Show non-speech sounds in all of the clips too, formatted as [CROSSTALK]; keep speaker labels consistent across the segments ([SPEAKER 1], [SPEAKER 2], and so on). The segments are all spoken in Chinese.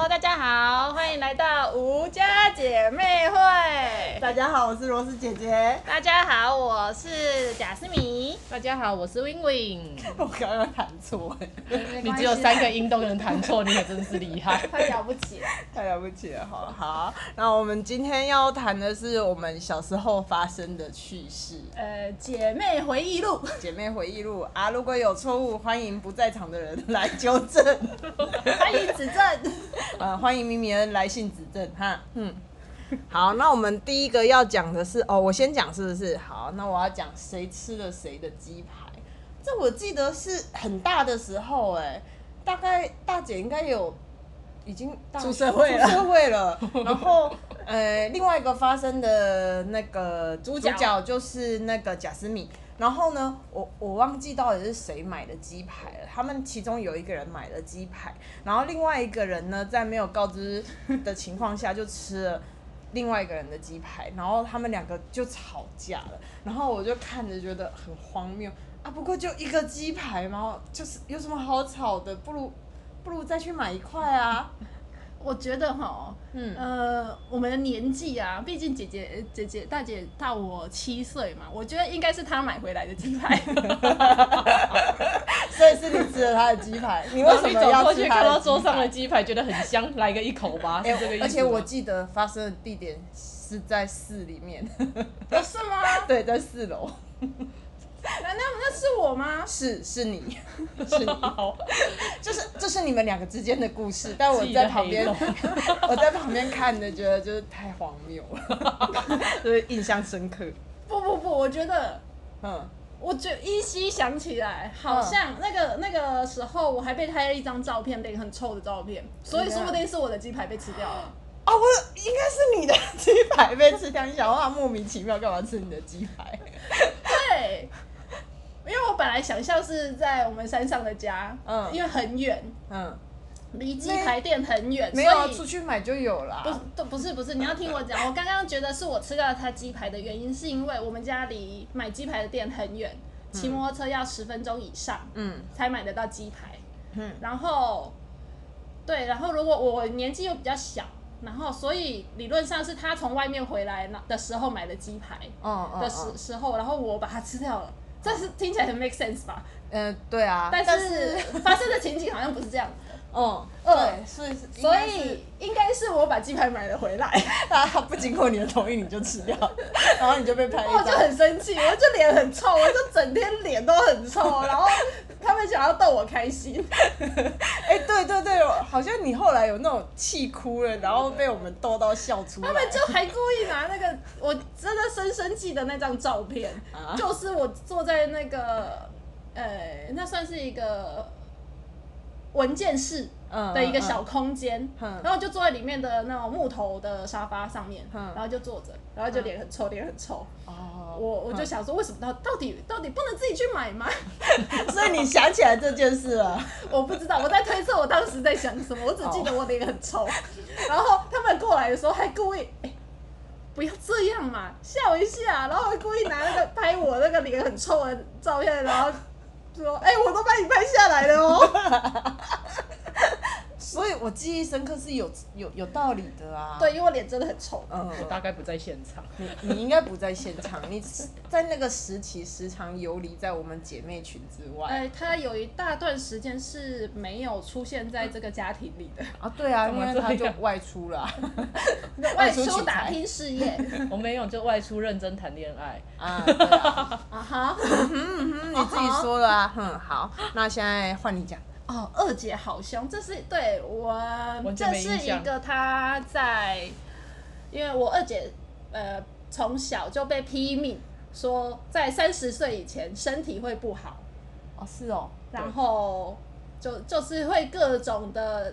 [SPEAKER 1] 呃来到吴家姐妹会。
[SPEAKER 2] 大家好，我是罗斯姐姐。
[SPEAKER 1] 大家好，我是贾思米。
[SPEAKER 3] 大家好，我是 Win Win。
[SPEAKER 2] [LAUGHS] 我刚刚弹错，
[SPEAKER 3] [LAUGHS] 你只有三个音都能弹错，你可真是厉害。
[SPEAKER 1] 快了不起了。
[SPEAKER 2] [LAUGHS] 太了不起了。好了，好。那我们今天要谈的是我们小时候发生的趣事，
[SPEAKER 1] 呃，姐妹回忆
[SPEAKER 3] [LAUGHS]
[SPEAKER 1] 录。
[SPEAKER 2] 姐妹回忆录啊。如果有错误，欢迎不在场的人来纠正。
[SPEAKER 1] 欢迎指正。
[SPEAKER 2] 呃，欢迎明明恩来信指正哈。嗯， [LAUGHS] 好，那我们第一个要讲的是，哦，我先讲是不是？好，那我要讲谁吃了谁的鸡排。这我记得是很大的时候、哎，大概大姐应该有已经大
[SPEAKER 3] 出社会了
[SPEAKER 2] 出社会
[SPEAKER 3] [LAUGHS]
[SPEAKER 2] 了。然后，呃，另外一个发生的那个主
[SPEAKER 1] 角
[SPEAKER 2] 角就是那个贾斯敏。然后呢，我我忘记到底是谁买的鸡排了。他们其中有一个人买了鸡排，然后另外一个人呢，在没有告知的情况下就吃了另外一个人的鸡排，然后他们两个就吵架了。然后我就看着觉得很荒谬啊，不过就一个鸡排嘛，就是有什么好吵的？不如不如再去买一块啊。
[SPEAKER 1] 我觉得哈，
[SPEAKER 2] 嗯
[SPEAKER 1] 呃，我们的年纪啊，毕竟姐姐、姐姐、大姐大我七岁嘛，我觉得应该是她买回来的鸡
[SPEAKER 3] [LAUGHS]
[SPEAKER 1] 排。 [LAUGHS]
[SPEAKER 2] 所以是你吃了他的鸡排，你 [LAUGHS] 为什么
[SPEAKER 3] 然后你走
[SPEAKER 2] 要
[SPEAKER 3] 过
[SPEAKER 2] 吃
[SPEAKER 3] 去
[SPEAKER 2] 他
[SPEAKER 3] 看
[SPEAKER 2] 的
[SPEAKER 3] 到
[SPEAKER 2] 鸡
[SPEAKER 3] 桌上
[SPEAKER 2] 排
[SPEAKER 3] 的鸡排，觉得很香，来个一口吧，
[SPEAKER 2] 哎、
[SPEAKER 3] 是这个意思吗。
[SPEAKER 2] 而且
[SPEAKER 3] [LAUGHS]
[SPEAKER 2] 我记得发生的地点是在市里面，
[SPEAKER 3] [LAUGHS]
[SPEAKER 1] 不是吗？
[SPEAKER 2] 对，在四楼，
[SPEAKER 1] 难道那是我吗？
[SPEAKER 2] 是是你，
[SPEAKER 3] [LAUGHS]
[SPEAKER 2] [LAUGHS] 是你，就是这、是你们两个之间的故事，但我
[SPEAKER 3] 记忆的
[SPEAKER 2] 在旁边
[SPEAKER 3] 黑洞，
[SPEAKER 2] [LAUGHS] 我在旁边看的，觉得就是太荒谬了，
[SPEAKER 1] [LAUGHS]
[SPEAKER 2] 就是印象深刻。
[SPEAKER 1] 不不不，我觉得
[SPEAKER 2] 嗯，
[SPEAKER 1] 我觉依稀想起来，好
[SPEAKER 2] 嗯
[SPEAKER 1] 像那个、那个时候我还被拍了一张照片，那个很臭的照片，所以
[SPEAKER 2] 怎么
[SPEAKER 1] 说
[SPEAKER 2] 样
[SPEAKER 1] 不定是我的鸡排被吃掉了。
[SPEAKER 2] 哦，我应该是你的鸡排被吃掉，你想哇，莫名其妙干嘛吃你的鸡排？
[SPEAKER 1] 对，因为我本来想象是在我们山上的家，
[SPEAKER 2] 嗯
[SPEAKER 1] 因为很远，
[SPEAKER 2] 嗯，
[SPEAKER 1] 离鸡排店很远，
[SPEAKER 2] 没有啊，
[SPEAKER 1] 所
[SPEAKER 2] 出
[SPEAKER 1] 以。
[SPEAKER 2] 去买就有啦。
[SPEAKER 1] 不是，都不是，不是，你要听我讲。
[SPEAKER 2] [LAUGHS]
[SPEAKER 1] 我刚刚觉得是我吃掉他鸡排的原因，是因为我们家离买鸡排的店很远，骑摩托车要十分钟以上。
[SPEAKER 2] 嗯
[SPEAKER 1] 才买得到鸡排。
[SPEAKER 2] 嗯
[SPEAKER 1] 然后，对，然后如果我年纪又比较小，然后所以理论上是他从外面回来的时候买的鸡排
[SPEAKER 2] 嗯嗯
[SPEAKER 1] 的时
[SPEAKER 2] 嗯，
[SPEAKER 1] 时候，然后我把它吃掉了。这
[SPEAKER 2] 哦
[SPEAKER 1] 是听起来很 make sense 吧？
[SPEAKER 2] 嗯，对啊，
[SPEAKER 1] 但是
[SPEAKER 2] 是
[SPEAKER 1] 发生的情景好像不是这样的，
[SPEAKER 2] 嗯，
[SPEAKER 1] 对
[SPEAKER 2] 对，所以是
[SPEAKER 1] 所
[SPEAKER 2] [LAUGHS] 应该是 [LAUGHS]
[SPEAKER 1] 以应该是我把鸡排买了回来，
[SPEAKER 2] 他他不经过你的同意你就吃掉，然后你就被拍一
[SPEAKER 1] 哦我就
[SPEAKER 2] 张。
[SPEAKER 1] 很生气，我就脸很臭，我就整天脸都很臭，然后他们想要逗我开心，
[SPEAKER 2] 哎、对对对，好像你后来有那种气哭了，然后被我们逗到笑出来。
[SPEAKER 1] 他们就还故意拿那个，我真的深深记得那张照片，
[SPEAKER 2] 啊
[SPEAKER 1] 就是我坐在那个，呃，那算是一个文件室
[SPEAKER 2] 嗯
[SPEAKER 1] 的一个小空间，
[SPEAKER 2] 嗯
[SPEAKER 1] 然后就坐在里面的那种木头的沙发上面，
[SPEAKER 2] 嗯
[SPEAKER 1] 然后就坐着，然后就脸很臭，脸很臭。
[SPEAKER 2] 哦，
[SPEAKER 1] 我我就想说，为什么到到底到底不能自己去买吗？
[SPEAKER 2] 所以你想起来这件事了。
[SPEAKER 1] 我不知道，我在推测我当时在想什么，我只记得我脸很臭。然后他们过来的时候还故意，哎不要这样嘛，吓我一下，然后还故意拿那个拍我那个脸很臭的照片，然后说，哎、我都把你拍下来了哦。
[SPEAKER 2] [LAUGHS]
[SPEAKER 1] [LAUGHS]
[SPEAKER 2] 所以我记忆深刻是有有有道理的啊。
[SPEAKER 1] 对，，因为我脸真的很啊臭。
[SPEAKER 2] 嗯，
[SPEAKER 3] 我大概不在现场。
[SPEAKER 2] 你你应该不在现场，你在那个时期时常游离在我们姐妹群之外。
[SPEAKER 1] 哎、他有一大段时间是没有出现在这个家庭里的，
[SPEAKER 2] 啊，对啊，
[SPEAKER 3] 干
[SPEAKER 2] 因
[SPEAKER 3] 嘛
[SPEAKER 2] 为
[SPEAKER 3] 这
[SPEAKER 2] 他就
[SPEAKER 3] 样
[SPEAKER 2] 外出 [LAUGHS] 了啊、
[SPEAKER 1] 外
[SPEAKER 2] 外出
[SPEAKER 1] 出
[SPEAKER 2] 取
[SPEAKER 1] 打
[SPEAKER 2] 材
[SPEAKER 1] 拼事业 [LAUGHS]
[SPEAKER 3] 我没有，就外出认真谈恋爱。
[SPEAKER 2] 啊，对啊。
[SPEAKER 1] 啊哈。
[SPEAKER 2] 嗯，你自己说了啊。嗯，好，那现在换你讲。
[SPEAKER 1] 哦，二姐好凶，这是对我，
[SPEAKER 3] 完
[SPEAKER 1] 这
[SPEAKER 3] 全没
[SPEAKER 1] 是
[SPEAKER 3] 印象
[SPEAKER 1] 一个她在，因为我二姐呃从小就被批命说在三十岁以前身体会不好，
[SPEAKER 2] 哦，是哦，
[SPEAKER 1] 然后就就是会各种的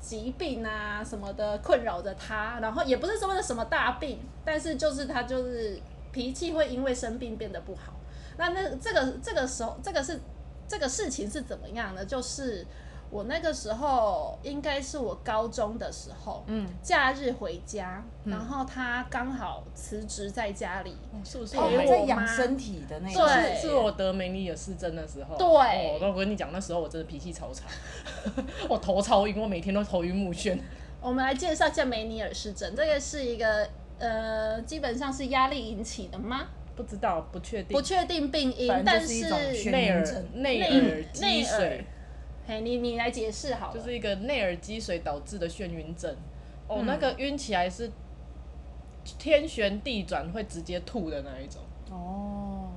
[SPEAKER 1] 疾病啊什么的困扰着她，然后也不是说的什么大病，但是就是她就是脾气会因为生病变得不好。那那这个这个时候这个是这个事情是怎么样呢？就是我那个时候应该是我高中的时候，
[SPEAKER 2] 嗯，
[SPEAKER 1] 假日回家，
[SPEAKER 2] 嗯
[SPEAKER 1] 然后她刚好辞职在家里，
[SPEAKER 3] 是不是
[SPEAKER 2] 哦
[SPEAKER 3] 我
[SPEAKER 1] 陪
[SPEAKER 3] 还
[SPEAKER 1] 我
[SPEAKER 2] 在养身体的那一
[SPEAKER 1] 对
[SPEAKER 2] 次
[SPEAKER 3] 是是我得梅尼尔氏症的时候，
[SPEAKER 1] 对
[SPEAKER 3] 哦 [LAUGHS] 哦我跟你讲，那时候我真的脾气超差，我头超晕，我每天都头晕目眩。
[SPEAKER 1] 我们来介绍一下梅尼尔氏症，这个是一个呃，基本上是压力引起的吗？
[SPEAKER 3] 不知道，不确定
[SPEAKER 1] 不。确定病因，
[SPEAKER 2] 反正
[SPEAKER 1] 但
[SPEAKER 2] 就是一
[SPEAKER 1] 是
[SPEAKER 2] 种眩
[SPEAKER 3] 内耳
[SPEAKER 2] 晕症
[SPEAKER 3] 内
[SPEAKER 1] 内
[SPEAKER 3] 耳积
[SPEAKER 1] 内耳
[SPEAKER 3] 水，
[SPEAKER 1] 嘿，你你来解释好了，
[SPEAKER 3] 就是一个内耳积水导致的眩晕症。哦，
[SPEAKER 2] 嗯
[SPEAKER 3] 那个晕起来是天旋地转，会直接吐的那一种。
[SPEAKER 2] 哦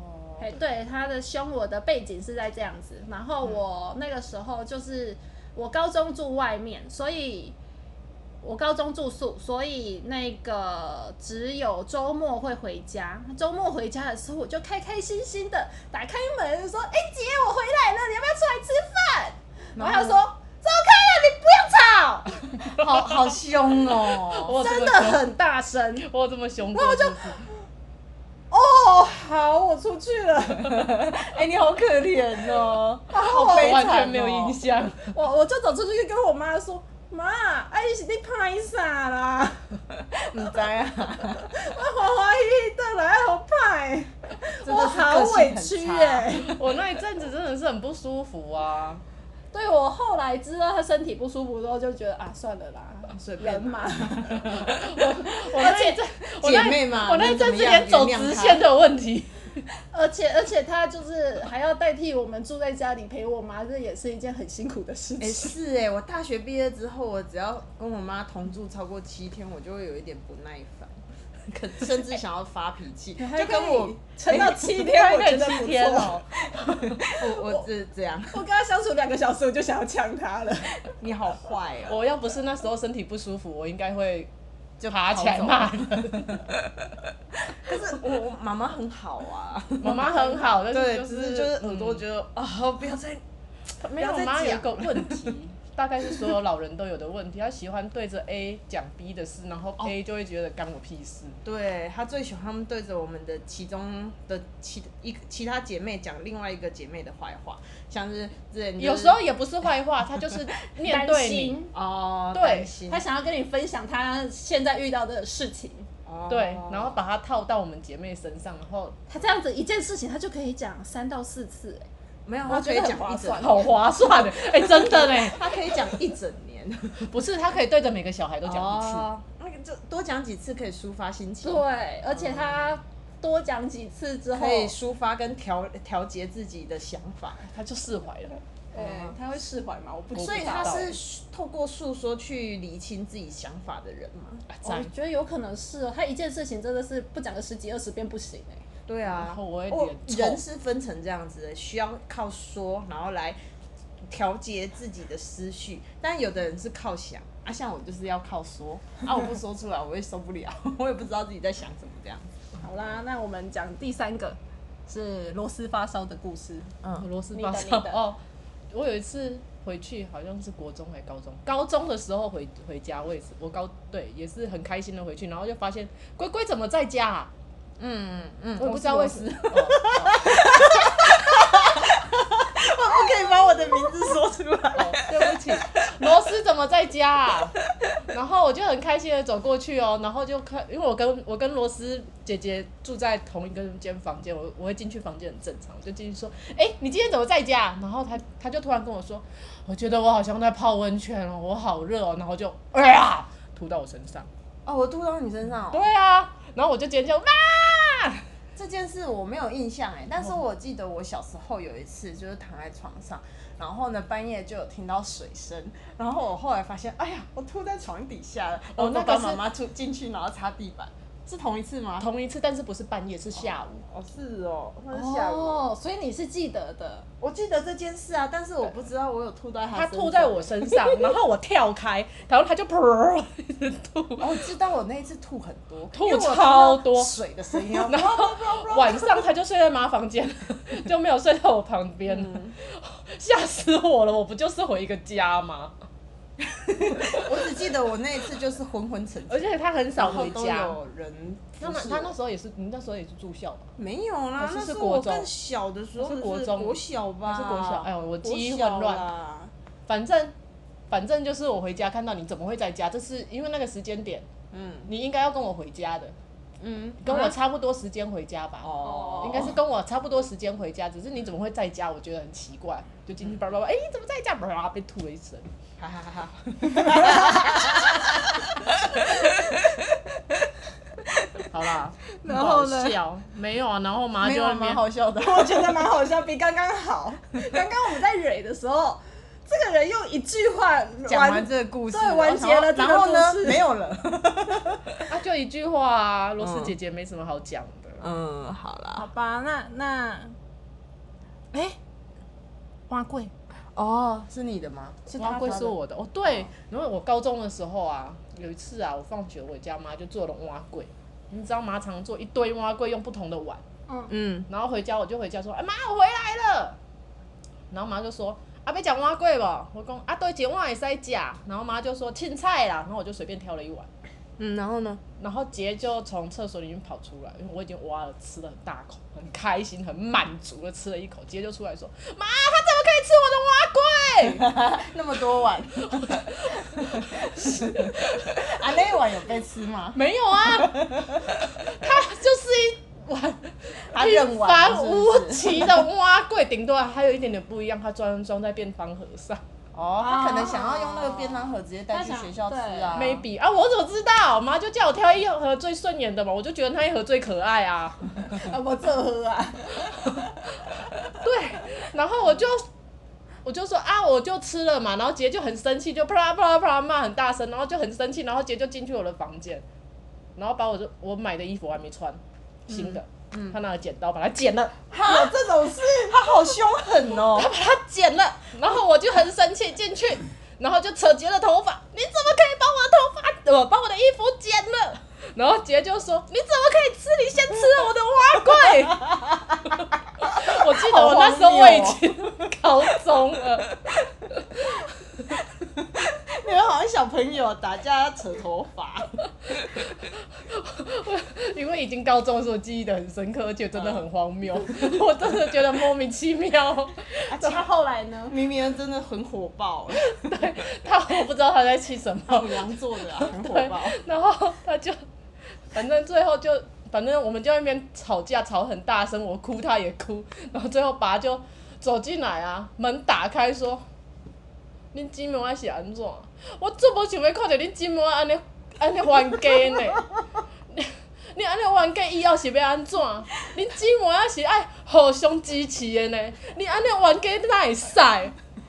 [SPEAKER 1] 哎，对，他的凶我的背景是在这样子，然后我那个时候就是我高中住外面，所以我高中住宿，所以那个只有周末会回家。周末回家的时候，我就开开心心的打开门说：“哎、姐，我回来了，你要不要出来吃饭？”然后他说：“走开了，你不要吵。
[SPEAKER 2] 好好凶哦！
[SPEAKER 3] 我”有这
[SPEAKER 1] 真
[SPEAKER 3] 么
[SPEAKER 1] 的
[SPEAKER 3] 凶，
[SPEAKER 1] 很大声。
[SPEAKER 3] 我有这么凶过。是不是
[SPEAKER 2] 哦，好，我出去了。 [LAUGHS] 哎、你好可怜哦，好悲惨、哦，
[SPEAKER 3] 完全没有印。象。
[SPEAKER 1] 我我就走出去跟我妈说：“妈，哎、你是你拍啥啦？” [LAUGHS]
[SPEAKER 2] 唔知啊，
[SPEAKER 1] 我欢欢喜喜的来，好派，
[SPEAKER 2] 真
[SPEAKER 1] 我
[SPEAKER 2] 的是
[SPEAKER 1] 好委
[SPEAKER 2] 个性
[SPEAKER 1] 屈
[SPEAKER 2] 很差
[SPEAKER 1] 耶、
[SPEAKER 2] 哦
[SPEAKER 3] [LAUGHS] 我那一阵子真的是很不舒服啊。
[SPEAKER 1] 对我后来知道他身体不舒服之后，就觉得啊，算了啦，
[SPEAKER 3] 随便
[SPEAKER 1] 人嘛， [LAUGHS]
[SPEAKER 3] 我那一阵， [LAUGHS] 我那一
[SPEAKER 2] 姐妹嘛
[SPEAKER 3] 我那一阵子连
[SPEAKER 2] 能怎
[SPEAKER 3] 走
[SPEAKER 2] 么样
[SPEAKER 3] 直线都有问题。
[SPEAKER 1] 而且而且他就是还要代替我们住在家里陪我妈，这也是一件很辛苦的事
[SPEAKER 2] 哎、
[SPEAKER 1] 情。
[SPEAKER 2] 是哎、我大学毕业之后，我只要跟我妈同住超过七天，我就会有一点不耐烦， [LAUGHS] 可甚至想要发脾气，
[SPEAKER 3] 哎
[SPEAKER 2] 就哎跟我
[SPEAKER 1] 撑到七
[SPEAKER 3] [LAUGHS]
[SPEAKER 1] 天，
[SPEAKER 3] 还
[SPEAKER 1] 我
[SPEAKER 3] 可
[SPEAKER 1] 觉
[SPEAKER 3] 以
[SPEAKER 1] 得不
[SPEAKER 3] 七天
[SPEAKER 1] 错
[SPEAKER 3] 哦。
[SPEAKER 2] 我我这这样，
[SPEAKER 1] [LAUGHS] 我跟他相处两个小时，我就想要呛他了。
[SPEAKER 2] 你好坏哦，
[SPEAKER 3] 我要不是那时候身体不舒服，我应该会
[SPEAKER 2] 就
[SPEAKER 3] 爬起来
[SPEAKER 2] 跑走
[SPEAKER 3] 骂人。 [LAUGHS]
[SPEAKER 2] 可是我我妈妈很好啊，
[SPEAKER 3] 妈妈很好，但是
[SPEAKER 2] 对，
[SPEAKER 3] [LAUGHS] 就
[SPEAKER 2] 只是就是耳朵
[SPEAKER 3] 嗯
[SPEAKER 2] 觉得啊，不要再
[SPEAKER 3] 没有，
[SPEAKER 2] 不要
[SPEAKER 3] 我
[SPEAKER 2] 再
[SPEAKER 3] 妈有一
[SPEAKER 2] 讲
[SPEAKER 3] 个问题，大概是所有老人都有的问题，她喜欢对着 A 讲 B 的事，然后 A 就会觉得干我屁事。
[SPEAKER 2] 对她最喜欢他们对着我们的其中的其一其他姐妹讲另外一个姐妹的坏话，像是之前就是
[SPEAKER 3] [LAUGHS] 有时候也不是坏话，她就是面
[SPEAKER 1] 担
[SPEAKER 3] 对你，
[SPEAKER 1] 心，
[SPEAKER 2] 哦，
[SPEAKER 3] 对
[SPEAKER 2] 担心
[SPEAKER 1] 他想要跟你分享他现在遇到的事情。
[SPEAKER 2] 哦
[SPEAKER 3] [LAUGHS] 对，然后把它套到我们姐妹身上，然后
[SPEAKER 1] 他这样子一件事情，他就可以讲三到四次、哎
[SPEAKER 2] 没有，
[SPEAKER 1] 我
[SPEAKER 2] 她
[SPEAKER 1] 觉
[SPEAKER 2] 可
[SPEAKER 1] 得
[SPEAKER 2] 以
[SPEAKER 1] 很
[SPEAKER 2] 讲
[SPEAKER 1] 划
[SPEAKER 2] 一
[SPEAKER 1] 算
[SPEAKER 2] 整，
[SPEAKER 3] 好划算的，哎、真的呢，
[SPEAKER 2] 她可以讲一整年，
[SPEAKER 3] 不是，她可以对着每个小孩都讲一次，
[SPEAKER 2] 哦，那个就多讲几次可以抒发心情，
[SPEAKER 1] 对，啊而且他多讲几次之后，欸
[SPEAKER 2] 可以抒发跟调调节自己的想法，
[SPEAKER 3] 她就释怀了。
[SPEAKER 1] 哎他会释怀吗？我不知道，
[SPEAKER 2] 所以
[SPEAKER 3] 她
[SPEAKER 2] 他是透过诉说去理清自己想法的人哦嘛？
[SPEAKER 3] 啊赞
[SPEAKER 1] 我觉得有可能是哦，他一件事情真的是不讲个十几二十遍不行哎、
[SPEAKER 2] 对啊，
[SPEAKER 3] 然后我会脸臭
[SPEAKER 2] 人是分成这样子的，需要靠说，然后来调节自己的思绪。但有的人是靠想啊，像我就是要靠说啊，我不说出来我也受不了， [LAUGHS] 我也不知道自己在想什么这样子。
[SPEAKER 1] 好啦，那我们讲第三个是螺丝发烧的故事。
[SPEAKER 2] 嗯，
[SPEAKER 3] 螺丝
[SPEAKER 1] 你
[SPEAKER 3] 发
[SPEAKER 1] 的
[SPEAKER 3] 烧
[SPEAKER 1] 你的
[SPEAKER 3] 哦。我有一次回去，好像是国中还高中，高中的时候回回家，我也是，我高对也是很开心的回去，然后就发现龟龟怎么在家、啊？
[SPEAKER 2] 嗯 [LAUGHS] 嗯，
[SPEAKER 3] 我也不知道为什
[SPEAKER 2] 么，
[SPEAKER 3] 么。 [LAUGHS] 哦
[SPEAKER 2] 我可以把我的名字说出来。
[SPEAKER 3] 哦对不起，螺丝怎么在家、啊？ [LAUGHS] 然后我就很开心的走过去哦，然后就看，因为我跟我跟螺丝姐姐住在同一个间房间，我我会进去房间很正常，我就进去说，哎、你今天怎么在家？然后她她就突然跟我说，我觉得我好像在泡温泉哦，我好热 [LAUGHS] 哦，然后就哎呀吐到我身上，
[SPEAKER 2] 哦，我吐到你身上、哦，
[SPEAKER 3] 对啊，然后我就尖叫妈，
[SPEAKER 2] 这件事我没有印象哎，但是我记得我小时候有一次就是躺在床上，然后呢半夜就有听到水声，然后我后来发现，哎呀，我吐在床底下了，然
[SPEAKER 3] 哦
[SPEAKER 2] 后
[SPEAKER 3] 那
[SPEAKER 2] 爸爸
[SPEAKER 3] 个是
[SPEAKER 2] 妈妈出进去然后擦地板，是同一次吗？
[SPEAKER 3] 同一次，但是不是半夜，是下午。
[SPEAKER 2] 哦，是哦，那是下午。
[SPEAKER 1] 哦，所以你是记得 [LAUGHS] 的，
[SPEAKER 2] 我记得这件事啊，但是我不知道我有吐到
[SPEAKER 3] 她
[SPEAKER 2] 他
[SPEAKER 3] 吐在我身上，然后我跳开，然后她就 [LAUGHS] 噗一直吐，
[SPEAKER 2] 哦我知道我那一次 [LAUGHS] 吐很多，
[SPEAKER 3] 吐
[SPEAKER 2] 因为我听到
[SPEAKER 3] 超多
[SPEAKER 2] 水的声音 [LAUGHS] 啊，
[SPEAKER 3] 然后 [LAUGHS] 晚上他就睡在妈房间， [LAUGHS] 就没有睡在我旁边，
[SPEAKER 2] 嗯
[SPEAKER 3] [LAUGHS] 吓、死我了！我不就是回一个家吗？
[SPEAKER 2] 我只记得我那一次就是昏昏沉
[SPEAKER 3] 而
[SPEAKER 2] 沉，
[SPEAKER 3] 且他很少
[SPEAKER 2] 然后
[SPEAKER 3] 回
[SPEAKER 2] 都
[SPEAKER 3] 家。
[SPEAKER 2] 有人服
[SPEAKER 3] 他那
[SPEAKER 2] 侍
[SPEAKER 3] 他
[SPEAKER 2] 我
[SPEAKER 3] 那时候也是，你那时候也是住校吧？
[SPEAKER 2] 没有啦，
[SPEAKER 3] 还是
[SPEAKER 2] 那
[SPEAKER 3] 是
[SPEAKER 2] 是
[SPEAKER 3] 国
[SPEAKER 2] 我
[SPEAKER 3] 中
[SPEAKER 2] 更小的时候，
[SPEAKER 3] 还是
[SPEAKER 2] 是
[SPEAKER 3] 国中
[SPEAKER 2] 国小吧，
[SPEAKER 3] 还是国小哎呦我记忆
[SPEAKER 2] 国小
[SPEAKER 3] 混乱
[SPEAKER 2] 啦。
[SPEAKER 3] 反正反正就是我回家看到你怎么会在家？这是因为那个时间点，
[SPEAKER 2] 嗯
[SPEAKER 3] 你应该要跟我回家的，
[SPEAKER 2] 嗯，
[SPEAKER 3] 跟我
[SPEAKER 2] 啊
[SPEAKER 3] 差不多时间回家吧。
[SPEAKER 2] 哦，
[SPEAKER 3] 应该是跟我差不多时间回家，只是你怎么会在家？我觉得很奇怪，
[SPEAKER 2] 嗯
[SPEAKER 3] 就进去叭叭叭，哎、你怎么在家？叭叭被吐了一身。
[SPEAKER 2] 哈哈哈哈，
[SPEAKER 3] 好啦，
[SPEAKER 2] [LAUGHS] 然后
[SPEAKER 3] 不
[SPEAKER 2] 呢
[SPEAKER 3] 好笑没有啊，然后马上
[SPEAKER 2] 没
[SPEAKER 3] 就
[SPEAKER 2] 有
[SPEAKER 3] 在
[SPEAKER 2] 蛮
[SPEAKER 3] 那边
[SPEAKER 2] 好笑
[SPEAKER 3] [LAUGHS]
[SPEAKER 2] 的，我觉得蛮好笑，比刚刚好。
[SPEAKER 1] 刚刚我们在蕊的时候，这个人用一句话
[SPEAKER 2] 讲完这个故事，
[SPEAKER 1] 对完结了这
[SPEAKER 2] 然
[SPEAKER 1] 个故
[SPEAKER 2] 后然后呢，
[SPEAKER 1] 事
[SPEAKER 2] 没有
[SPEAKER 3] [LAUGHS]
[SPEAKER 2] 了。
[SPEAKER 3] 啊，就一句话啊，罗斯
[SPEAKER 2] 嗯
[SPEAKER 3] 姐姐没什么好讲的。
[SPEAKER 2] 嗯，好
[SPEAKER 1] 好
[SPEAKER 2] 啦。
[SPEAKER 1] 吧，那那，哎、蛙贵，
[SPEAKER 2] 哦，是你的吗？是
[SPEAKER 3] 蛙龟
[SPEAKER 2] 发
[SPEAKER 3] 是
[SPEAKER 2] 的
[SPEAKER 3] 我的哦，对，因为我高中的时候啊，有一次啊，我放学回家，妈就做了蛙龟，你知道妈常做一堆蛙龟，用不同的碗，
[SPEAKER 1] 嗯，
[SPEAKER 2] 嗯，
[SPEAKER 3] 然后回家我就回家说，哎、妈，我回来了，然后妈就说，啊，别讲蛙龟吧，我讲啊，对，姐碗也塞假，然后妈就说青菜啦，然后我就随便挑了一碗，
[SPEAKER 2] 嗯，然后呢？
[SPEAKER 3] [LAUGHS] 然后杰就从厕所里面跑出来，因为我已经挖了，吃了很大口，很开心，很满足的吃了一口。杰就出来说：“妈，他怎么可以吃我的蛙龟
[SPEAKER 2] 那么多 [LAUGHS] 碗，啊，那一碗有被吃吗？”？
[SPEAKER 3] 没有啊，他就是一碗
[SPEAKER 2] 他
[SPEAKER 3] 一
[SPEAKER 2] 认完
[SPEAKER 3] 凡
[SPEAKER 2] 了
[SPEAKER 3] 无
[SPEAKER 2] 是不是
[SPEAKER 3] 奇的蛙龟，顶多还有一点点不一样，他装装在便当盒上。
[SPEAKER 2] 哦，他
[SPEAKER 3] 啊
[SPEAKER 2] 可能想要用那个便当盒直接带去
[SPEAKER 1] 他想
[SPEAKER 2] 学校吃啊。
[SPEAKER 3] maybe 啊，我怎么知道？妈就叫我挑一盒最顺眼的嘛，我就觉得那一盒最可爱啊。
[SPEAKER 2] 啊，我这喝
[SPEAKER 3] [LAUGHS]
[SPEAKER 2] 啊。
[SPEAKER 3] 对，然后我就我就说啊，我就吃了嘛，然后杰就很生气，就啪啦啪啦啪啦骂很大声，然后就很生气，然后杰就进去我的房间，然后把我的我买的衣服我还没穿，新的，他拿了剪刀把它剪了，
[SPEAKER 2] 有这种事，他好凶狠哦
[SPEAKER 3] 他！把它剪了，然后我就很生气进去，然后就扯杰的头发，你怎么可以把我的头发，我呃把我的衣服剪了？然后杰就说：“你怎么可以吃？你先吃了我的蛙柜。” [LAUGHS] 我记得我那时候我已经高中了。
[SPEAKER 2] 你们好像小朋友打架扯头发，
[SPEAKER 3] 因为已经高中的时候记忆的很深刻，而且真的很荒谬，我真的觉得莫名其妙。
[SPEAKER 1] 啊，他后来呢？
[SPEAKER 2] 明明真的很火爆，
[SPEAKER 3] 他我不知道他在气什么，
[SPEAKER 2] 母羊座的啊，很火
[SPEAKER 3] 对
[SPEAKER 2] 爆。，
[SPEAKER 3] [LAUGHS] 然后他就，反正最后就，反正我们就在那边吵架，吵很大声，我哭他也哭，然后最后爸就走进来啊，门打开说，恁姊妹仔是安怎？我做无想要看到恁姊妹仔安尼安尼冤家呢。 [LAUGHS] 你安尼冤家以后是要安怎？恁姊妹仔是爱互相支持的呢。你安尼冤家哪会使？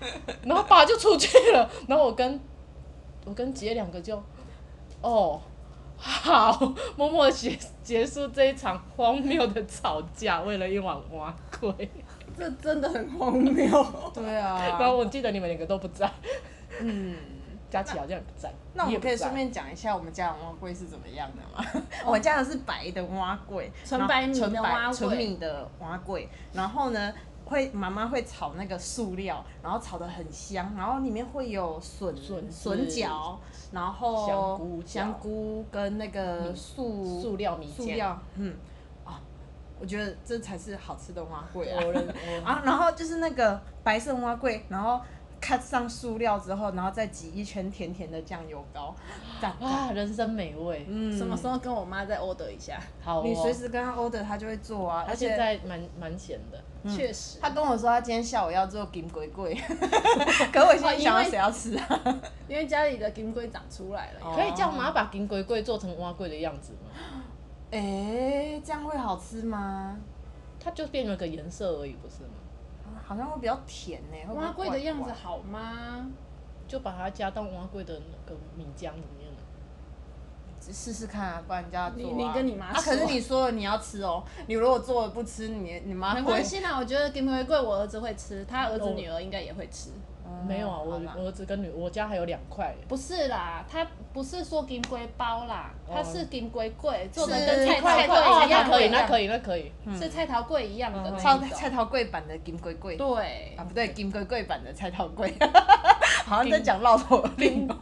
[SPEAKER 3] [LAUGHS] 然后爸就出去了，然后我跟我跟姐两个就，哦，好，默默地结结束这一场荒谬的吵架，为了一碗蛙 [LAUGHS] 龟。
[SPEAKER 1] [LAUGHS] 这真的很荒谬。
[SPEAKER 2] 对啊，
[SPEAKER 3] 然后我记得你们两个都不在，
[SPEAKER 2] 嗯，
[SPEAKER 3] 佳琪好像也不在，
[SPEAKER 2] 那
[SPEAKER 3] 你
[SPEAKER 2] 我
[SPEAKER 3] 也不
[SPEAKER 2] 可以
[SPEAKER 3] 在
[SPEAKER 2] 顺便讲一下我们家的蛙柜是怎么样的吗？我家的是白的蛙柜，
[SPEAKER 1] 纯白米的
[SPEAKER 2] 然后
[SPEAKER 1] 蛙柜
[SPEAKER 2] 纯白纯米的蛙柜，然后呢？会妈妈会炒那个塑料，然后炒的很香，然后里面会有笋
[SPEAKER 3] 笋子
[SPEAKER 2] 笋角，然后
[SPEAKER 3] 香菇角
[SPEAKER 2] 香菇跟那个
[SPEAKER 3] 米
[SPEAKER 2] 塑
[SPEAKER 3] 塑料米
[SPEAKER 2] 塑
[SPEAKER 3] 浆
[SPEAKER 2] 料，嗯，啊，我觉得这才是好吃的蛙柜啊。
[SPEAKER 3] 我认我
[SPEAKER 2] 啊，然后就是那个白色蛙柜，然后看上塑料之后，然后再挤一圈甜甜的酱油膏，赞赞。
[SPEAKER 3] [LAUGHS] 啊，人生美味，
[SPEAKER 2] 嗯，
[SPEAKER 1] 什么时候跟我妈再 order 一下？
[SPEAKER 3] 好、哦，
[SPEAKER 2] 你随时跟他 order，他就会做啊。
[SPEAKER 3] 他
[SPEAKER 2] 而
[SPEAKER 3] 现
[SPEAKER 2] 且
[SPEAKER 3] 在蛮蛮闲的，
[SPEAKER 1] 确实，
[SPEAKER 2] 他跟我说他今天下午要做金龟
[SPEAKER 1] [LAUGHS]
[SPEAKER 2] 龟，可我现
[SPEAKER 1] 哦
[SPEAKER 2] 在想
[SPEAKER 1] 因
[SPEAKER 2] 到
[SPEAKER 1] 为
[SPEAKER 2] 谁要
[SPEAKER 1] [LAUGHS]
[SPEAKER 2] 吃啊？
[SPEAKER 1] 因为家里的金龟长出来了。
[SPEAKER 2] 哦
[SPEAKER 3] 可以叫妈把金龟龟做成蛙龟的样子吗？
[SPEAKER 2] 哎、这样会好吃吗？
[SPEAKER 3] 它就变了个颜色而已，不是吗？
[SPEAKER 2] 好像会比较甜呢、会不会
[SPEAKER 1] 蛙龟的样子
[SPEAKER 2] 怪
[SPEAKER 1] 好吗？
[SPEAKER 3] 就把它加到蛙龟的那个米浆里面了。
[SPEAKER 2] 怪试试看啊，不然你叫他做、啊。
[SPEAKER 1] 你你跟你妈
[SPEAKER 2] 啊，可是
[SPEAKER 1] 说
[SPEAKER 2] 你说了你要吃哦，你如果做了不吃，你你妈
[SPEAKER 1] 没
[SPEAKER 2] 会
[SPEAKER 1] 关。系啦，我觉得金龟龟我儿子会吃，他儿子
[SPEAKER 3] 哦
[SPEAKER 1] 女儿应该也会吃。
[SPEAKER 2] 嗯
[SPEAKER 3] 没有啊，我
[SPEAKER 2] 好啦
[SPEAKER 3] 我儿子跟女，我家还有两块。
[SPEAKER 1] 不是啦，他不是说金龟包啦，
[SPEAKER 3] 哦
[SPEAKER 1] 他是金龟桂，做的
[SPEAKER 2] 是
[SPEAKER 1] 跟菜
[SPEAKER 2] 块
[SPEAKER 1] 菜
[SPEAKER 2] 块
[SPEAKER 1] 桂
[SPEAKER 3] 哦
[SPEAKER 1] 一
[SPEAKER 3] 那
[SPEAKER 1] 样，
[SPEAKER 3] 可以，那可以，那可以。
[SPEAKER 1] 是菜桃桂一样的
[SPEAKER 3] 嗯
[SPEAKER 1] 那
[SPEAKER 2] 超
[SPEAKER 1] 一
[SPEAKER 2] 菜
[SPEAKER 1] 种。
[SPEAKER 2] 桃贵版的金龟龟
[SPEAKER 1] 对
[SPEAKER 2] 啊，，不对，金龟龟版的菜桃贵， [LAUGHS] 好像在讲绕口令哦。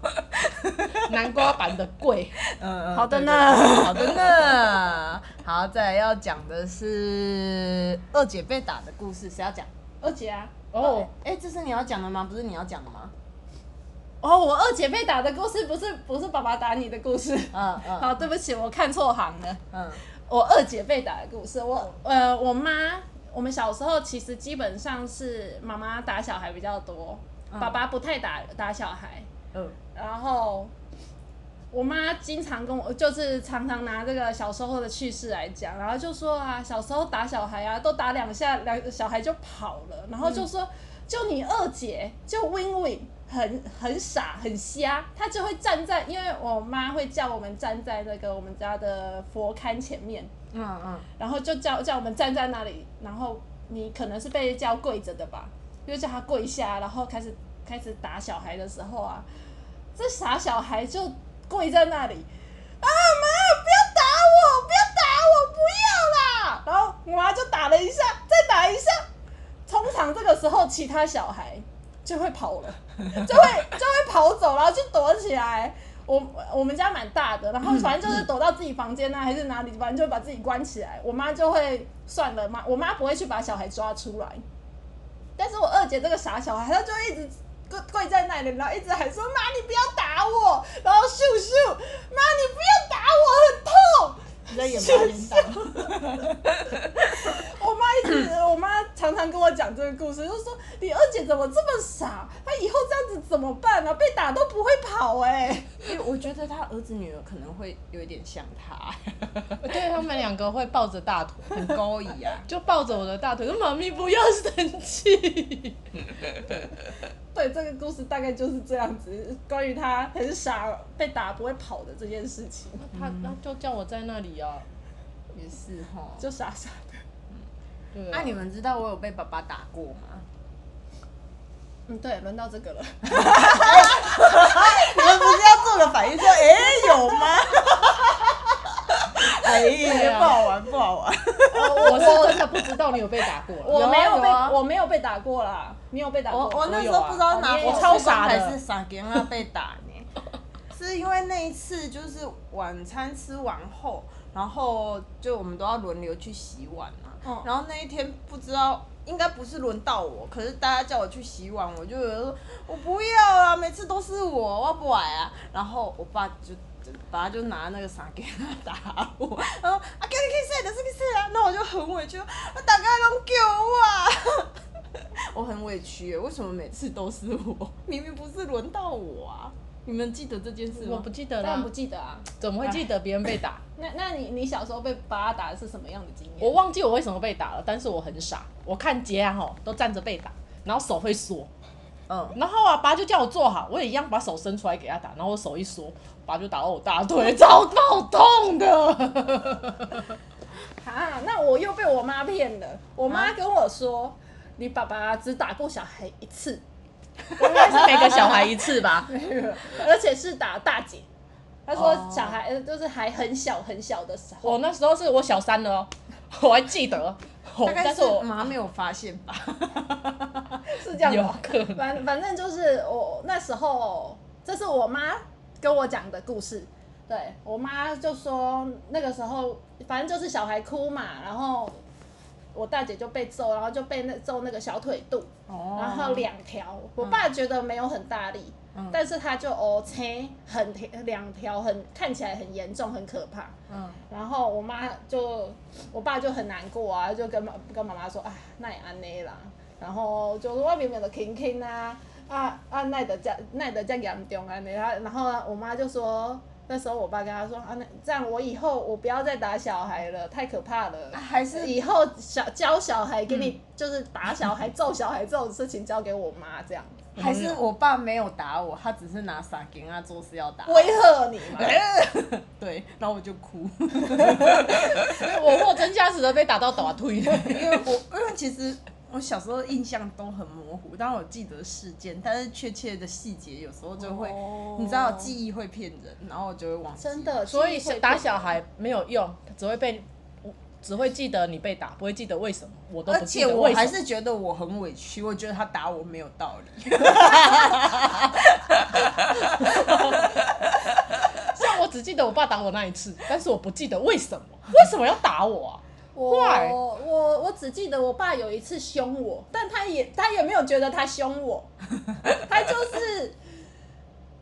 [SPEAKER 3] 南瓜版的 [LAUGHS] 贵，
[SPEAKER 2] 嗯嗯
[SPEAKER 1] 好的
[SPEAKER 2] 对
[SPEAKER 1] 呢
[SPEAKER 2] 对对好的呢。好，再来要讲的是二姐被打的故事，谁要讲？
[SPEAKER 1] 二姐啊，
[SPEAKER 3] 哦，
[SPEAKER 2] 哎、这是你要讲的吗？不是你要讲的吗？
[SPEAKER 1] 哦，我二姐被打的故事不是不是爸爸打你的故事。
[SPEAKER 2] 嗯嗯
[SPEAKER 1] 好，对不起，我看错行了。
[SPEAKER 2] 嗯
[SPEAKER 1] 我二姐被打的故事，我呃，我妈，我们小时候其实基本上是妈妈打小孩比较多，
[SPEAKER 2] 嗯
[SPEAKER 1] 爸爸不太打打小孩。
[SPEAKER 2] 嗯，
[SPEAKER 1] 然后我妈经常跟我，就是常常拿这个小时候的趣事来讲，然后就说啊，小时候打小孩啊，都打两下，两小孩就跑了，然后就说，就你二姐，就 Win Win 很很傻很瞎，她就会站在，因为我妈会叫我们站在那个我们家的佛龛前面，
[SPEAKER 2] 嗯嗯，
[SPEAKER 1] 然后就叫叫我们站在那里，然后你可能是被叫跪着的吧，就叫他跪下，然后开始开始打小孩的时候啊，这傻小孩就跪在那里，啊妈，不要打我，不要打我，不要啦！然后我妈就打了一下，再打一下，通常这个时候其他小孩就会跑了，就会就会跑走，然后就躲起来。我我们家蛮大的，然后反正就是躲到自己房间啊，还是哪里，反正就会把自己关起来。我妈就会算了，妈我妈不会去把小孩抓出来，但是我二姐这个傻小孩，她就一直跪跪在那里，然后一直喊说：“妈，你不要打我！”然后咻咻，妈，你不要打我，很痛。
[SPEAKER 2] 你在演八点档，
[SPEAKER 1] 我妈一直，我妈常常跟我讲这个故事，就说你二姐怎么这么傻？她以后这样子怎么办啊？被打都不会跑哎、
[SPEAKER 2] 因为我觉得他儿子女儿可能会有一点像他，
[SPEAKER 3] [LAUGHS] 对他们两个会抱着大腿，
[SPEAKER 2] [LAUGHS] 很高一啊。
[SPEAKER 3] 就抱着我的大腿，说妈咪不要生气。
[SPEAKER 1] 对，这个故事大概就是这样子，关于她很傻被打不会跑的这件事情，
[SPEAKER 3] [LAUGHS] 他他就叫我在那里啊，
[SPEAKER 2] 也是哈。
[SPEAKER 1] 就傻傻的。
[SPEAKER 3] 对
[SPEAKER 2] 那、
[SPEAKER 3] 啊，
[SPEAKER 2] 你们知道我有被爸爸打过吗？
[SPEAKER 1] 嗯，对，轮到这个了。
[SPEAKER 2] [LAUGHS] 你们不是要做个反应说，哎、有吗？ [LAUGHS] 哎
[SPEAKER 3] 对啊
[SPEAKER 2] 不好玩，不好玩。
[SPEAKER 3] 我我是真的不知道你有被打过了。
[SPEAKER 1] [LAUGHS] 我
[SPEAKER 2] 有啊
[SPEAKER 1] 没被，
[SPEAKER 2] 有啊
[SPEAKER 1] 我没有被打过啦，你有被打过？
[SPEAKER 2] 我那时
[SPEAKER 3] 有
[SPEAKER 2] 候
[SPEAKER 3] 啊
[SPEAKER 2] 不知道拿
[SPEAKER 1] 我也有
[SPEAKER 2] 我
[SPEAKER 1] 超
[SPEAKER 3] 傻的
[SPEAKER 2] 还是傻给他被打
[SPEAKER 1] [LAUGHS]
[SPEAKER 2] 呢，是因为那一次就是晚餐吃完后，然后就我们都要轮流去洗碗嘛、
[SPEAKER 1] 嗯
[SPEAKER 2] 然后那一天不知道。应该不是轮到我，可是大家叫我去洗碗，我就有说我不要啊，每次都是我，我不来啊。然后我爸就爸就拿那个伞给他打我， [LAUGHS] 然后啊，给你去洗，就是去洗啊。那我就很委屈，我大概拢叫我啊。 [LAUGHS] 我很委屈耶，为什么每次都是我？ [LAUGHS] 明明不是轮到我啊！你们记得这件事
[SPEAKER 3] 我
[SPEAKER 2] 吗
[SPEAKER 3] 不？记得
[SPEAKER 1] 当然
[SPEAKER 3] 了
[SPEAKER 1] 不，记得啊。
[SPEAKER 3] 怎么会记得别人被 [LAUGHS] 打？
[SPEAKER 1] 那那你你小时候被爸爸打的是什么样的经验？
[SPEAKER 3] 我忘记我为什么被打了，但是我很傻，我看杰啊吼都站着被打，然后手会缩，
[SPEAKER 2] 嗯，
[SPEAKER 3] 然后啊爸就叫我坐好，我也一样把手伸出来给他打，然后我手一缩，爸就打到我大腿， [LAUGHS] 超爆痛的。
[SPEAKER 1] 啊，那我又被我妈骗了。我妈跟我说，你爸爸只打过小孩一次， [LAUGHS]
[SPEAKER 3] 应该是每个小孩一次吧。
[SPEAKER 1] 而且是打大姐。她说
[SPEAKER 2] 哦
[SPEAKER 1] 小孩呃就是还很小很小的时候，
[SPEAKER 3] 我那时候是我小三了哦，我还记得，
[SPEAKER 2] 大
[SPEAKER 3] 哦
[SPEAKER 2] 概
[SPEAKER 3] 但
[SPEAKER 2] 是
[SPEAKER 3] 是我
[SPEAKER 2] 妈没有发现吧？
[SPEAKER 1] 是这样
[SPEAKER 3] 有 [LAUGHS]
[SPEAKER 1] 吗？
[SPEAKER 3] 可能
[SPEAKER 1] 反反正就是我那时候，这是我妈跟我讲的故事。对我妈就说那个时候，反正就是小孩哭嘛，然后我大姐就被揍，然后就被那揍那个小腿肚，
[SPEAKER 2] 哦
[SPEAKER 1] 然后两条。我爸觉得没有很大力，
[SPEAKER 2] 嗯
[SPEAKER 1] 但是他就哦切，很两条很看起来很严重，很可怕。
[SPEAKER 2] 嗯，
[SPEAKER 1] 然后我妈就，我爸就很难过啊，就跟妈跟妈妈说，哎，那也安内啦。然后就是我明明就轻轻啊，啊啊，奈得这奈得这严重安尼。然后然后呢我妈就说，那时候我爸跟她说，啊，那这样我以后我不要再打小孩了，太可怕
[SPEAKER 3] [LAUGHS]
[SPEAKER 1] 了。
[SPEAKER 2] 啊还是
[SPEAKER 1] 以后小教小孩给你、就是打小孩、揍小孩这种事情交给我妈这样，
[SPEAKER 2] 还是我爸没有打我，他只是拿伞给他做事要打。
[SPEAKER 1] 威吓你嘛。
[SPEAKER 2] 对，然后我就 [LAUGHS] 哭，
[SPEAKER 3] 我货真价实的被打到打退了。
[SPEAKER 2] 因为我 [LAUGHS] 因为其实我小时候印象都很模糊，当然我记得事件，但是确切的细节有时候就会，你知道记忆会骗人，然后我就会忘记。
[SPEAKER 1] 真的，
[SPEAKER 3] 所以
[SPEAKER 1] 记忆会
[SPEAKER 3] 打
[SPEAKER 1] 变
[SPEAKER 3] 小孩没有用，只会被只会记得你被打，不会记得为什么。我都
[SPEAKER 2] 而
[SPEAKER 3] 不记
[SPEAKER 2] 且
[SPEAKER 3] 得
[SPEAKER 2] 我
[SPEAKER 3] 为
[SPEAKER 2] 还
[SPEAKER 3] 什么。
[SPEAKER 2] 是觉得我很委屈，我觉得他打我没有道
[SPEAKER 3] [LAUGHS]
[SPEAKER 2] 理。
[SPEAKER 3] 像我只记得我爸打我那一次，但是我不记得为什么， [LAUGHS] 为什么要打我啊？
[SPEAKER 1] 我
[SPEAKER 3] Why？
[SPEAKER 1] 我我只记得我爸有一次凶我，但他也他也没有觉得他凶我，他就是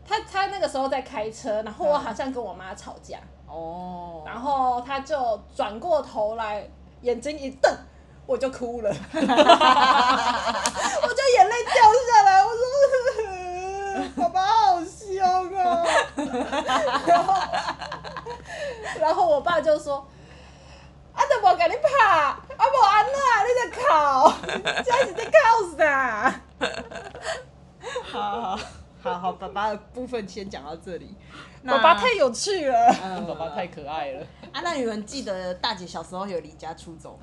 [SPEAKER 1] 他他那个时候在开车，然后我好像跟我妈吵架，
[SPEAKER 2] 哦，
[SPEAKER 1] 然后他就转过头来，眼睛一瞪，我就哭了，我就呃眼泪掉下来，我说爸爸好凶啊， [LAUGHS] 然后我爸就说
[SPEAKER 2] 啊，都无甲你拍，啊无安那，你在哭，这是在哭啥？好好好好，爸爸的部分先讲到这里。
[SPEAKER 1] 爸爸太有趣了。
[SPEAKER 2] 嗯
[SPEAKER 3] 爸爸太可爱了，
[SPEAKER 2] 啊，那你们记得大姐小时候有离家出走吗？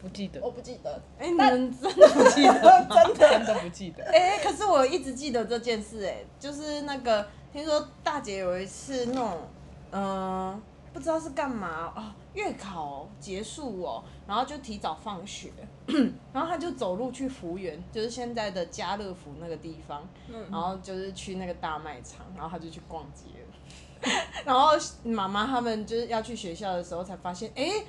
[SPEAKER 3] 不记得
[SPEAKER 1] 我，不记得，
[SPEAKER 2] 哎、你们真的不记得？ [LAUGHS] 真的？
[SPEAKER 3] 真的不记得。
[SPEAKER 2] 哎、可是我一直记得这件事、哎，就是那个听说大姐有一次那种，嗯、不知道是干嘛哦，月考结束哦，然后就提早放学， [CLEARS THROAT] 然后她就走路去福源，就是现在的家乐福那个地方，然
[SPEAKER 1] 嗯，
[SPEAKER 2] 后就是去那个大卖场，然后她就去逛街了。 [LAUGHS] 然后妈妈他们就是要去学校的时候才发现，哎、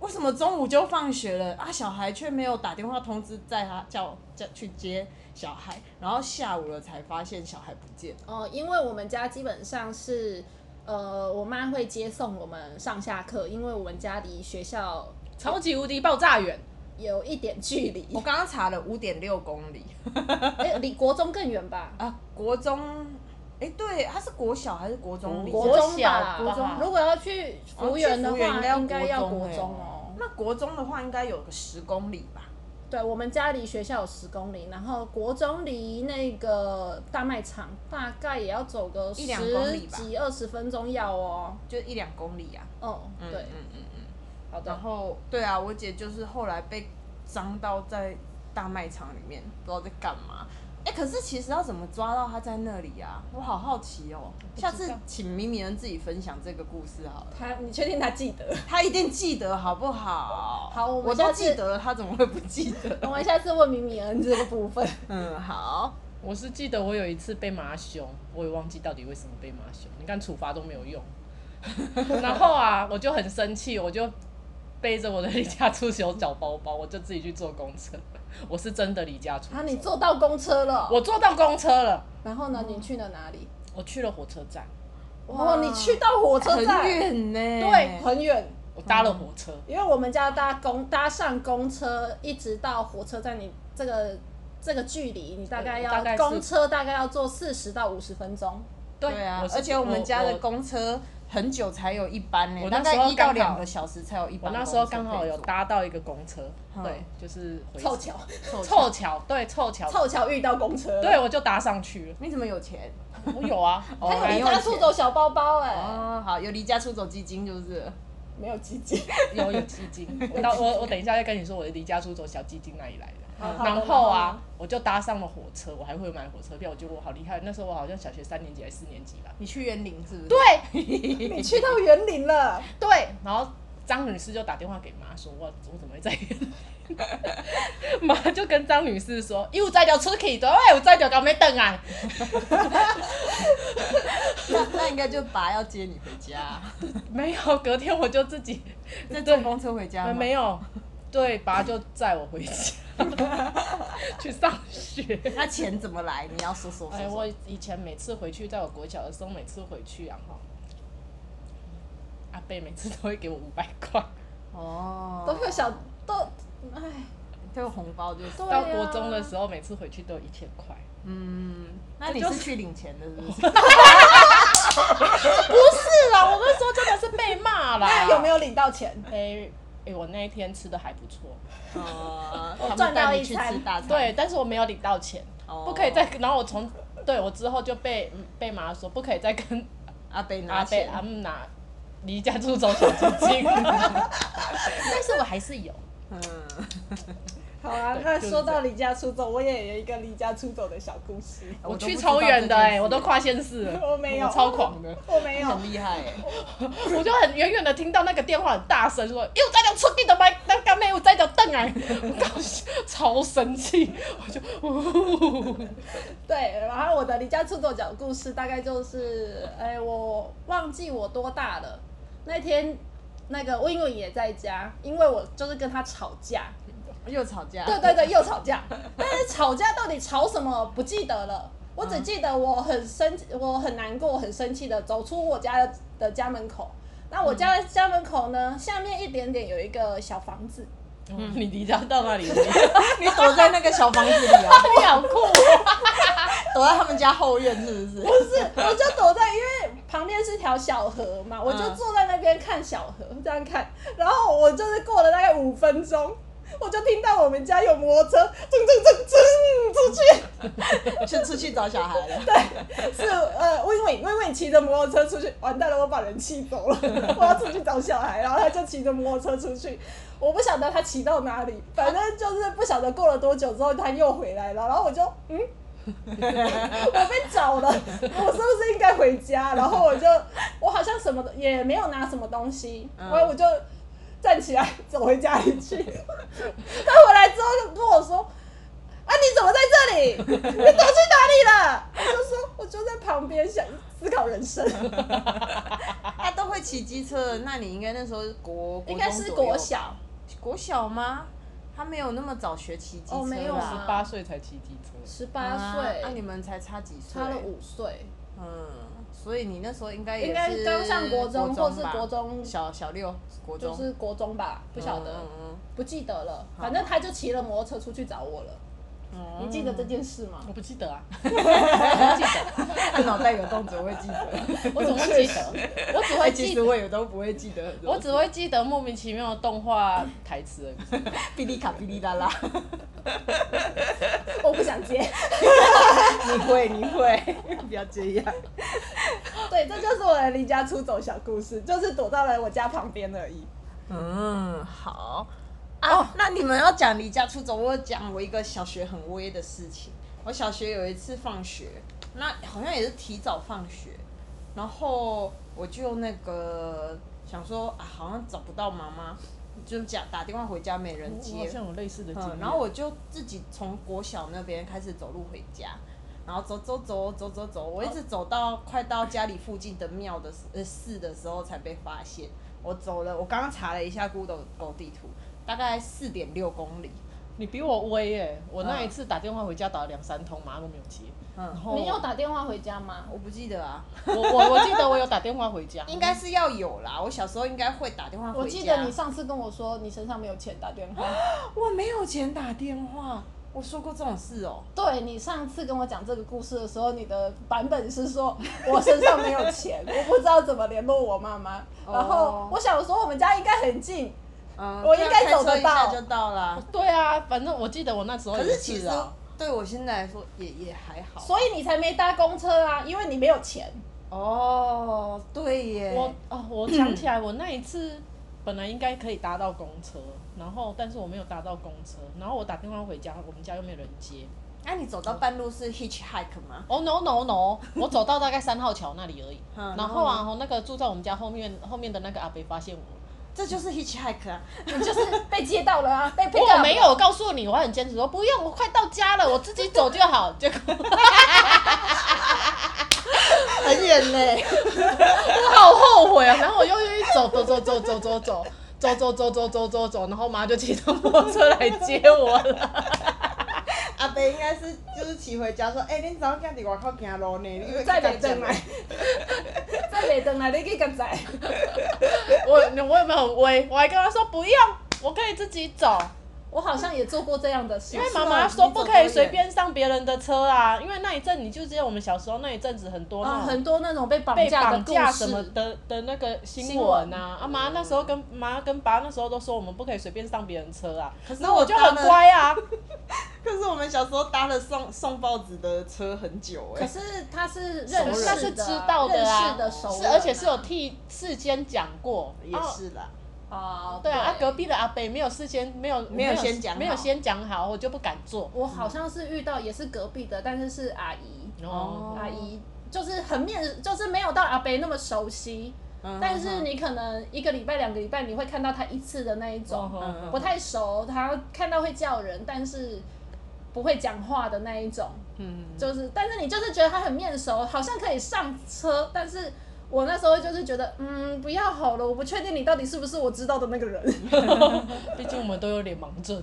[SPEAKER 2] 为什么中午就放学了啊？小孩却没有打电话通知在他叫叫去接小孩，然后下午了才发现小孩不见。
[SPEAKER 1] 哦，因为我们家基本上是，呃，我妈会接送我们上下课，因为我们家离学校
[SPEAKER 3] 超级无敌爆炸远，
[SPEAKER 1] 有一点距离，
[SPEAKER 2] 我刚刚查了五点六公里
[SPEAKER 1] 哎离国中更远吧？
[SPEAKER 2] [LAUGHS] 啊，国中，哎、对，他是国小还是国中 [LAUGHS] 离？
[SPEAKER 3] 国
[SPEAKER 1] 国中
[SPEAKER 3] 小
[SPEAKER 1] 吧，
[SPEAKER 3] 吧
[SPEAKER 1] 国中。如果要去福园的
[SPEAKER 2] 哦去福
[SPEAKER 1] 话，
[SPEAKER 2] 原
[SPEAKER 1] 应该要国
[SPEAKER 2] 国中欸
[SPEAKER 1] 中哦。
[SPEAKER 2] 那国中的话应该有个十公里吧？
[SPEAKER 1] 对，我们家离学校有十公里，然后国中离那个大卖场大概也要走个
[SPEAKER 2] 一两公
[SPEAKER 1] 十
[SPEAKER 2] 里吧
[SPEAKER 1] 几二十分钟要哦。
[SPEAKER 2] 就一两公里啊。
[SPEAKER 1] 哦，
[SPEAKER 2] 嗯
[SPEAKER 1] 对，
[SPEAKER 2] 嗯嗯嗯。
[SPEAKER 1] 好的
[SPEAKER 2] 然。后对啊，我姐就是后来被张到在大卖场里面，不知道在干嘛。哎、可是其实要怎么抓到她在那里啊？我好好奇哦。
[SPEAKER 3] 不知
[SPEAKER 2] 下
[SPEAKER 3] 道
[SPEAKER 2] 次请米米人自己分享这个故事好了，
[SPEAKER 1] 他，你确定他记得？
[SPEAKER 2] 她一定记得好不好？
[SPEAKER 1] 好我们
[SPEAKER 2] 我
[SPEAKER 1] 下
[SPEAKER 2] 都
[SPEAKER 1] 次
[SPEAKER 2] 记得了，她怎么会不记
[SPEAKER 1] 我
[SPEAKER 2] 得？ [LAUGHS]
[SPEAKER 1] 们下次问米米恩这个部分。
[SPEAKER 2] 嗯，好。
[SPEAKER 3] 我是记得我有一次被妈凶，我也忘记到底为什么被妈凶。你看处罚都没有用， [LAUGHS] 然后啊，我就很生气，我就背着我的离家出走小包包，我就自己去坐公车。 [LAUGHS] 我是真的离家出走，
[SPEAKER 1] 啊，你坐到公车了？
[SPEAKER 3] 我坐到公车了，
[SPEAKER 1] 然后呢？你去了哪里？
[SPEAKER 3] 我去了火车站，
[SPEAKER 1] 哦，你去到火车
[SPEAKER 2] 很
[SPEAKER 1] 站，
[SPEAKER 2] 远呢、
[SPEAKER 1] 对，很远。
[SPEAKER 3] 我搭了火车，
[SPEAKER 1] 因为我们家搭公搭上公车，一直到火车站，你这个这个距离，你大概要
[SPEAKER 3] 我大概是
[SPEAKER 1] 公车大概要坐四十到五十分钟。
[SPEAKER 3] 对
[SPEAKER 2] 对啊
[SPEAKER 3] 是
[SPEAKER 2] 而且我们家的
[SPEAKER 3] 我
[SPEAKER 2] 公车很久才有一班呢、
[SPEAKER 3] 我
[SPEAKER 2] 大
[SPEAKER 3] 那时候
[SPEAKER 2] 概一到
[SPEAKER 3] 刚好
[SPEAKER 2] 两个小时才有一
[SPEAKER 3] 我
[SPEAKER 2] 班公
[SPEAKER 3] 那
[SPEAKER 2] 车
[SPEAKER 3] 时候刚好
[SPEAKER 2] 可以
[SPEAKER 3] 有
[SPEAKER 2] 坐
[SPEAKER 3] 搭到一个公车，
[SPEAKER 2] 嗯
[SPEAKER 3] 对，就是回
[SPEAKER 1] 凑巧，
[SPEAKER 2] 凑巧
[SPEAKER 3] 凑巧，对，凑巧，
[SPEAKER 1] 凑巧遇到公车。
[SPEAKER 3] 对，我就搭上去了。
[SPEAKER 2] 你怎么有钱？
[SPEAKER 3] 我有啊，
[SPEAKER 2] 哦
[SPEAKER 1] 还有离哎
[SPEAKER 2] 很
[SPEAKER 1] 家
[SPEAKER 2] 有钱
[SPEAKER 1] 出走小包包哎、
[SPEAKER 2] 哦，好，有离家出走基金就是。
[SPEAKER 1] 没有基金。
[SPEAKER 3] 有有基金， [LAUGHS] 我到我我等一下再跟你说我的离家出走小基金哪里来的。
[SPEAKER 1] 好好
[SPEAKER 3] 然后啊，，我就搭上了火车，我还会买火车票，我觉得我好厉害。那时候我好像小学三年级还是四年级吧。
[SPEAKER 2] 你去园林是不是？
[SPEAKER 3] 对，
[SPEAKER 1] 你去到园林了，
[SPEAKER 3] 对，然后张女士就打电话给妈说，我我怎么会在？ [LAUGHS] 妈就跟张女士说，因为我在条出去，对，我在条搞没等啊。 [LAUGHS]
[SPEAKER 2] 那那应该就爸要接你回家，
[SPEAKER 3] 没有，隔天我就自己呃
[SPEAKER 2] 再坐公车回家吗？
[SPEAKER 3] 没有，对，爸就载我回家 [LAUGHS] 去上学。
[SPEAKER 2] 那钱怎么来？你要说说
[SPEAKER 3] 哎，
[SPEAKER 2] 说
[SPEAKER 3] 我
[SPEAKER 2] 说。
[SPEAKER 3] 以前每次回去，在我国小的时候，每次回去啊，哈，阿贝每次都会给我五百块，
[SPEAKER 2] 哦，
[SPEAKER 1] 都有小都，哎，
[SPEAKER 2] 都有红包就是。
[SPEAKER 1] 对
[SPEAKER 3] 到国中的
[SPEAKER 1] 候。
[SPEAKER 3] 时候，每次回去都有一千块。
[SPEAKER 2] 嗯，那你是去领钱的，是不是？
[SPEAKER 3] 不是啦，我那时候真的是被骂啦。
[SPEAKER 1] [LAUGHS] 那有没？有领到钱？
[SPEAKER 3] 哎哎，我那一天吃的还不错， [LAUGHS]
[SPEAKER 2] 哦，
[SPEAKER 1] 我
[SPEAKER 2] 他
[SPEAKER 1] 赚
[SPEAKER 2] 们
[SPEAKER 1] 到
[SPEAKER 2] 带
[SPEAKER 1] 一
[SPEAKER 2] 你去
[SPEAKER 1] 餐
[SPEAKER 2] 吃大餐。
[SPEAKER 3] 对，，但是我没有领到钱，
[SPEAKER 2] 嗯哦
[SPEAKER 3] 不可以再。然后我从对我之后就被被妈说不可以再跟
[SPEAKER 2] 阿北拿
[SPEAKER 3] 阿贝
[SPEAKER 2] 钱
[SPEAKER 3] 阿。姆拿离家出走小基金， [LAUGHS] 但是我还是有。
[SPEAKER 2] 嗯，
[SPEAKER 1] 好啊，
[SPEAKER 3] 对
[SPEAKER 1] 那
[SPEAKER 3] 就是
[SPEAKER 1] 说
[SPEAKER 3] 这
[SPEAKER 1] 到
[SPEAKER 3] 样
[SPEAKER 1] 离家出走，我也有一个离家出走的小故事。
[SPEAKER 3] 我
[SPEAKER 2] 都不
[SPEAKER 3] 去
[SPEAKER 2] 知
[SPEAKER 3] 超
[SPEAKER 2] 道
[SPEAKER 3] 远
[SPEAKER 2] 这
[SPEAKER 3] 的
[SPEAKER 2] 件
[SPEAKER 3] 哎、
[SPEAKER 2] 事
[SPEAKER 3] 我都跨县市了，
[SPEAKER 1] 我没有
[SPEAKER 3] [LAUGHS] 我超狂的，
[SPEAKER 1] 我没有，
[SPEAKER 2] 很厉害哎。
[SPEAKER 3] 我就很远远的听到那个电话很大声说，又在讲出你的麦，那干妹又在讲邓哎， [LAUGHS] 我当时超生气，我就呜，
[SPEAKER 1] 对，然后我的离家出走讲故事大概就是，哎，我忘记我多大了。那天那个我因为也在家，因为我就是跟他吵架，
[SPEAKER 2] 又吵架。
[SPEAKER 1] 对对对，又吵架。 [LAUGHS] 但是吵架到底吵什么不记得了，我只记得我很生，我很难过，很生气的走出我家的家门口。那我家的家门口呢，下面一点点有一个小房子，
[SPEAKER 3] 嗯你离家到那里， [LAUGHS]
[SPEAKER 2] 你躲在那个小房子里啊，
[SPEAKER 3] 你好酷、哦，
[SPEAKER 2] 躲在他们家后院是不是？
[SPEAKER 1] 不是，我就躲在，因为旁边是条小河嘛，我就坐在那边看小河，这样看，然后我就是过了大概五分钟。我就听到我们家有摩托车，噌噌噌噌
[SPEAKER 2] 就出去找小孩了。
[SPEAKER 1] 出去， [LAUGHS] 是呃，魏魏魏魏骑着摩托车出去，完蛋了，我把人气走了，我要出去找小孩，然后他就骑着摩托车出去，我不晓得他骑到哪里，反正就是不晓得过了多久之后他又回来了，然后我就嗯，我被找了，我是不是应该回家？然后我就，我好像什么都也没有拿什么东西，
[SPEAKER 2] 嗯
[SPEAKER 1] 我、我就站起来走回家里去。他回来之后就跟我说：“啊，你怎么在这
[SPEAKER 2] [LAUGHS]
[SPEAKER 1] 里？你躲去哪里了？”我就说：“我就在旁边想思考人
[SPEAKER 2] [LAUGHS]
[SPEAKER 1] 生，
[SPEAKER 2] 他都会骑机车，那你应该那时候是国
[SPEAKER 1] 应该是
[SPEAKER 2] 中左右
[SPEAKER 1] 国
[SPEAKER 2] 吧
[SPEAKER 1] 小，
[SPEAKER 2] 国小吗？他没有那么早学骑机车啦
[SPEAKER 1] 哦没有
[SPEAKER 3] 十
[SPEAKER 1] 啊
[SPEAKER 3] 八岁才骑机车，
[SPEAKER 1] 十八岁
[SPEAKER 2] 啊，你们才差几岁？
[SPEAKER 1] 差了。五岁，
[SPEAKER 2] 嗯，所以你那时候应该也
[SPEAKER 1] 应该
[SPEAKER 2] 是
[SPEAKER 1] 刚上国中或是
[SPEAKER 2] 吧
[SPEAKER 1] 国中，
[SPEAKER 2] 小小六国中，
[SPEAKER 1] 就是国中吧，不晓得。
[SPEAKER 2] 嗯嗯
[SPEAKER 1] 不记得了，
[SPEAKER 2] 好
[SPEAKER 1] 反正他就骑了摩托车出去找我了。
[SPEAKER 2] 嗯
[SPEAKER 1] 你记得这件事
[SPEAKER 2] [LAUGHS]
[SPEAKER 1] 吗？
[SPEAKER 3] [LAUGHS] 我不记得啊，
[SPEAKER 2] 他脑袋有洞，只会
[SPEAKER 1] [LAUGHS]
[SPEAKER 2] 记得。
[SPEAKER 3] 我怎么会记得？我只会
[SPEAKER 2] 哎
[SPEAKER 3] 记
[SPEAKER 2] 其
[SPEAKER 3] 得
[SPEAKER 2] 实，我也都不会记得，
[SPEAKER 3] 我只会记得莫名其妙的动画台词而已。
[SPEAKER 2] 哔哩卡哔哩啦啦。
[SPEAKER 1] 我不想接。
[SPEAKER 2] [LAUGHS] 你会，你会， [LAUGHS] 不要这样。
[SPEAKER 1] 对，这就是我的离家出走小故事，就是躲到了我家旁边而已。
[SPEAKER 2] 嗯，好。哦，那你们要讲离家出走，我讲我一个小学很微的事情。我小学有一次放学，那好像也是提早放学，然后我就那个想说啊，好像找不到妈妈，就讲打电话回家没人
[SPEAKER 3] 哦我好
[SPEAKER 2] 接，
[SPEAKER 3] 像有类似的经
[SPEAKER 2] 嗯，
[SPEAKER 3] 验。
[SPEAKER 2] 然后我就自己从国小那边开始走路回家，然后走走走走走走，我一直走到
[SPEAKER 1] 哦
[SPEAKER 2] 快到家里附近的庙的时呃寺的时候才被发现。我走了，我刚刚查了一下 Google Google 地图，大概四点六公里。
[SPEAKER 3] 你比我威耶、我那一次打电话回家打了两三通，马上都没有接。然
[SPEAKER 2] 嗯，
[SPEAKER 3] 后
[SPEAKER 1] 你有打电话回家吗？
[SPEAKER 2] 我不记得啊，
[SPEAKER 3] 我我我记得我有打电话回家，
[SPEAKER 2] 应该是要有啦。我小时候应该会打电话回家。
[SPEAKER 1] 我记得你上次跟我说你身上没有钱打电话，
[SPEAKER 2] 我没有钱打电话，我说过这种事哦、
[SPEAKER 1] 对你上次跟我讲这个故事的时候，你的版本是说 [LAUGHS] 我身上没有钱，我不知道怎么联络我妈妈。
[SPEAKER 2] 哦
[SPEAKER 1] 然后我想说我们家应该很近，
[SPEAKER 2] 嗯，
[SPEAKER 1] 我应该
[SPEAKER 2] 这样
[SPEAKER 1] 走得
[SPEAKER 2] 开车一下
[SPEAKER 1] 到
[SPEAKER 2] 就到啦。
[SPEAKER 3] 对啊，反正我记得我那时候
[SPEAKER 2] 可
[SPEAKER 3] 也
[SPEAKER 2] 是其实
[SPEAKER 3] 啊，
[SPEAKER 2] 对我现在来说也也还好。啊
[SPEAKER 1] 所以你才没搭公车啊，因为你没有钱。
[SPEAKER 2] 哦，对耶，
[SPEAKER 3] 我哦，我想起来，我那一次本来应该可以搭到公车，然后但是我没有搭到公车，然后我打电话回家，我们家又没有人接。
[SPEAKER 2] 那、啊你走到半路是 hitchhike 吗？
[SPEAKER 3] 哦、no no no，我走到大概三号桥那里而已，
[SPEAKER 2] 嗯
[SPEAKER 3] 然后啊，那个住在我们家后面后面的那个阿伯发现我，
[SPEAKER 2] 这就是 hitchhike 啊！
[SPEAKER 1] 你就是被接到了啊，被 pick up
[SPEAKER 3] 我没有，我告诉你，我还很坚持说不用，我快到家了，我自己走就好。结果
[SPEAKER 2] 很远 [LAUGHS] 嘞，
[SPEAKER 3] 我 [LAUGHS] 好后悔啊！然后我又一走走走走走走走走走走走走走走，然后妈就骑着摩托车来接我了。
[SPEAKER 2] 阿北应该是就是骑回家说，哎、恁早上在外口行路呢，你又
[SPEAKER 1] 再北登来，再北登来，你去干仔。
[SPEAKER 3] 我我有没有很威？我还跟他说不用，我可以自己走，
[SPEAKER 1] 我好像也做过这样的事
[SPEAKER 3] [LAUGHS] 因为
[SPEAKER 2] 是
[SPEAKER 3] 妈
[SPEAKER 2] 哦
[SPEAKER 3] 妈
[SPEAKER 2] 你
[SPEAKER 3] 说
[SPEAKER 2] 走
[SPEAKER 3] 不
[SPEAKER 2] 多
[SPEAKER 3] 可以
[SPEAKER 2] 远
[SPEAKER 3] 随便上别人的车啊。因为那一阵你就知道我们小时候那一阵子很多
[SPEAKER 1] 啊，
[SPEAKER 3] 那
[SPEAKER 1] 很
[SPEAKER 3] 种
[SPEAKER 1] 多那种被绑
[SPEAKER 3] 被
[SPEAKER 1] 架
[SPEAKER 3] 绑
[SPEAKER 1] 的故
[SPEAKER 3] 架什么
[SPEAKER 1] 事。
[SPEAKER 3] 的的那个新
[SPEAKER 1] 新
[SPEAKER 3] 闻
[SPEAKER 1] 闻嗯
[SPEAKER 3] 啊。啊妈那时候跟妈跟爸那时候都说我们不可以随便上别人车啊，
[SPEAKER 2] 可是
[SPEAKER 3] 那我
[SPEAKER 2] 我
[SPEAKER 3] 就
[SPEAKER 2] 搭
[SPEAKER 3] 很
[SPEAKER 2] 了
[SPEAKER 3] 乖啊。
[SPEAKER 2] 可是我们小时候搭了送送报纸的车很久哎、
[SPEAKER 1] 可是他是认识的
[SPEAKER 2] 熟人
[SPEAKER 3] 那
[SPEAKER 1] 啊，
[SPEAKER 3] 是知道的啊
[SPEAKER 1] 认识的熟人啊
[SPEAKER 3] 是而且是有替事先讲过，
[SPEAKER 2] 也是啦，
[SPEAKER 1] 啊，
[SPEAKER 3] 对啊，啊隔壁的阿北没有事先没有
[SPEAKER 2] 没有先讲好
[SPEAKER 3] 没有先讲好，我就不敢做。
[SPEAKER 1] 我好像是遇到也是隔壁的，但是是阿姨，
[SPEAKER 2] 哦
[SPEAKER 1] 阿姨就是很面，就是没有到阿伯那么熟悉，
[SPEAKER 2] 嗯
[SPEAKER 1] 但是你可能一个礼拜、两个礼拜你会看到他一次的那一种，
[SPEAKER 3] 嗯
[SPEAKER 1] 不太熟，他看到会叫人，但是不会讲话的那一种，
[SPEAKER 2] 嗯，
[SPEAKER 1] 就是，但是你就是觉得他很面熟，好像可以上车，但是。我那时候就是觉得，嗯，不要好了，我不确定你到底是不是我知道的那个人。
[SPEAKER 3] 嗯毕竟我们都有脸盲症，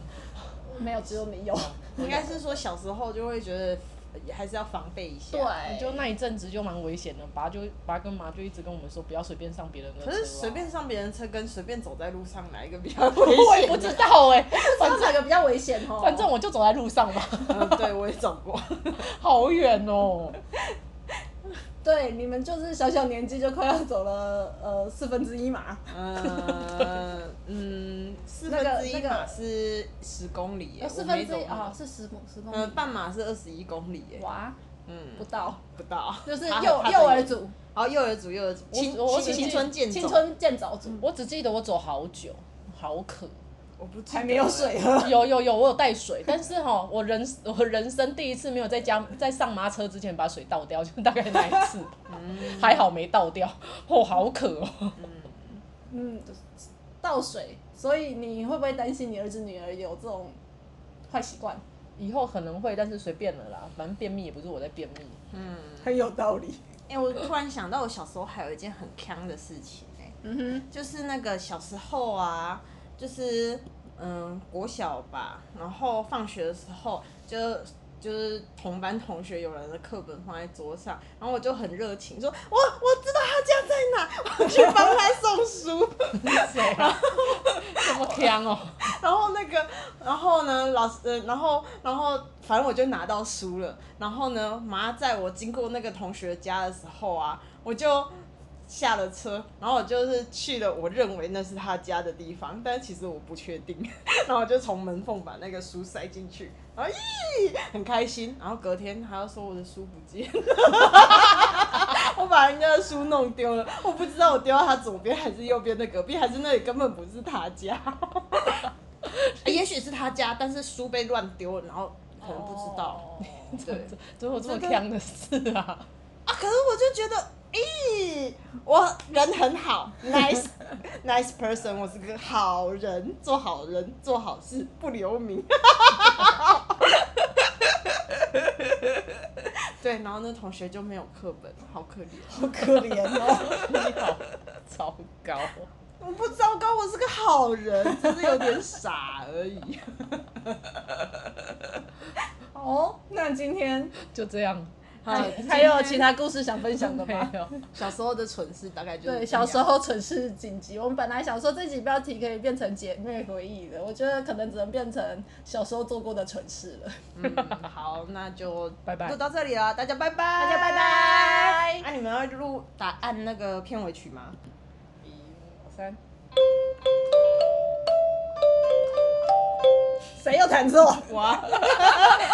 [SPEAKER 1] 没有，只有你有。
[SPEAKER 2] 应该是说小时候就会觉得呃还是要防备一下。啊
[SPEAKER 1] 对，
[SPEAKER 3] 就那一阵子就蛮危险的。爸就爸跟妈就一直跟我们说不要随便上别人的车、
[SPEAKER 2] 可
[SPEAKER 3] 啊。
[SPEAKER 2] 是随便上别人车跟随便走在路上哪一个比较危
[SPEAKER 3] 我也
[SPEAKER 2] 险？啊
[SPEAKER 3] 不知道哎、
[SPEAKER 1] 反正哪个比较危险哦？
[SPEAKER 3] 反正我就走在路上嘛，
[SPEAKER 2] 嗯，对我也走过。
[SPEAKER 3] 好远哦、
[SPEAKER 1] 对，你们就是小小年纪就快要走了呃四分之一嘛。
[SPEAKER 2] 呃嗯，四
[SPEAKER 1] 那个
[SPEAKER 2] 分之一
[SPEAKER 1] 那个
[SPEAKER 2] 码是十公里耶，
[SPEAKER 1] 呃四
[SPEAKER 2] 我
[SPEAKER 1] 分
[SPEAKER 2] 没
[SPEAKER 1] 之一
[SPEAKER 2] 走过
[SPEAKER 1] 啊、哦，是十公十公里。
[SPEAKER 2] 嗯，半马是二十一公里耶，
[SPEAKER 1] 哇，
[SPEAKER 2] 嗯
[SPEAKER 1] 不，到，
[SPEAKER 2] 不到，
[SPEAKER 1] 就是
[SPEAKER 2] 他
[SPEAKER 1] 幼
[SPEAKER 2] 很他很
[SPEAKER 1] 幼儿组、
[SPEAKER 2] 然后幼儿组幼儿组，
[SPEAKER 3] 我
[SPEAKER 2] 青
[SPEAKER 3] 我
[SPEAKER 2] 青
[SPEAKER 3] 只
[SPEAKER 2] 青春健走
[SPEAKER 1] 青，春健早组，
[SPEAKER 3] 我只记得我走好久，好渴。
[SPEAKER 2] 我不记得
[SPEAKER 1] 还没有
[SPEAKER 2] 了
[SPEAKER 1] 水喝。
[SPEAKER 3] 有有有，我有带水，但是哈，我人我人生第一次没有在家在上马车之前把水倒掉，就大概那一
[SPEAKER 1] [LAUGHS]
[SPEAKER 3] 次，还好没倒掉。哦，好渴哦。
[SPEAKER 1] [LAUGHS] 嗯，倒水，所以你会不会担心你儿子女儿有这种坏习惯？
[SPEAKER 3] 以后可能会，但是随便了啦，反正便秘也不是我在
[SPEAKER 1] [LAUGHS]
[SPEAKER 3] 便秘。
[SPEAKER 2] 嗯，
[SPEAKER 1] 很有道理。
[SPEAKER 2] 哎、我突然想到，我小时候还有一件很坑的事情、哎，
[SPEAKER 1] 嗯哼，
[SPEAKER 2] 就是那个小时候啊，就是嗯国小吧，然后放学的时候就。就是同班同学有人的课本放在桌上，然后我就很热情说，我我知道他家在哪，我去帮他送书。 [LAUGHS]
[SPEAKER 3] 谁
[SPEAKER 1] [LAUGHS]
[SPEAKER 3] 啊？这么呛哦？
[SPEAKER 2] 然后那个，然后呢，老师，呃然后然后反正我就拿到书了。然后呢，妈在我经过那个同学家的时候啊，我就下了车，然后我就是去了我认为那是他家的地方，但其实我不确定。 [LAUGHS] 然后我就从门缝把那个书塞进去，然后咦，很开心。然后隔天他又说我的书不见 [LAUGHS] 了。我把人家的书弄丢了，我不知道我丢到他左边还是右边的隔壁，还是那里根本不是他 [LAUGHS] 家。哎也许是他家，但是书被乱丢了，然后可能不知
[SPEAKER 1] [LAUGHS]
[SPEAKER 2] 道、
[SPEAKER 3] 哦。
[SPEAKER 2] 对
[SPEAKER 3] 怎么有这么呛的事啊？ [LAUGHS]
[SPEAKER 2] 啊。可是我就觉得，咦，我人很好 [LAUGHS] ，nice nice person，我是个好人，做好人，做好事，不留 [LAUGHS] 名。对，然后那同学就没有课本，好可怜。
[SPEAKER 1] 好可怜哦。
[SPEAKER 3] 你好 [LAUGHS] 糟糕。哦
[SPEAKER 2] 我不糟糕，我是个好人，只是有点傻而已。
[SPEAKER 1] 哦，那今天
[SPEAKER 3] 就这样，
[SPEAKER 1] 还
[SPEAKER 2] 今
[SPEAKER 1] 还有
[SPEAKER 2] 天
[SPEAKER 1] 其他故事想分享的
[SPEAKER 3] 没
[SPEAKER 1] 吗？
[SPEAKER 3] 有。
[SPEAKER 2] [LAUGHS] 小时候的蠢事大概就是
[SPEAKER 1] 对，
[SPEAKER 2] 这
[SPEAKER 1] 小
[SPEAKER 2] 样
[SPEAKER 1] 时候蠢事紧急。我们本来想说这集标题可以变成姐妹回忆的，我觉得可能只能变成小时候做过的蠢事了。
[SPEAKER 2] 嗯，好，那就
[SPEAKER 3] 拜拜
[SPEAKER 2] 就到这里了，大家拜拜，大
[SPEAKER 1] 大家拜拜
[SPEAKER 2] 那、你们要录打按那个片尾曲吗？
[SPEAKER 3] 一三。
[SPEAKER 1] 谁又弹错？
[SPEAKER 2] 哇。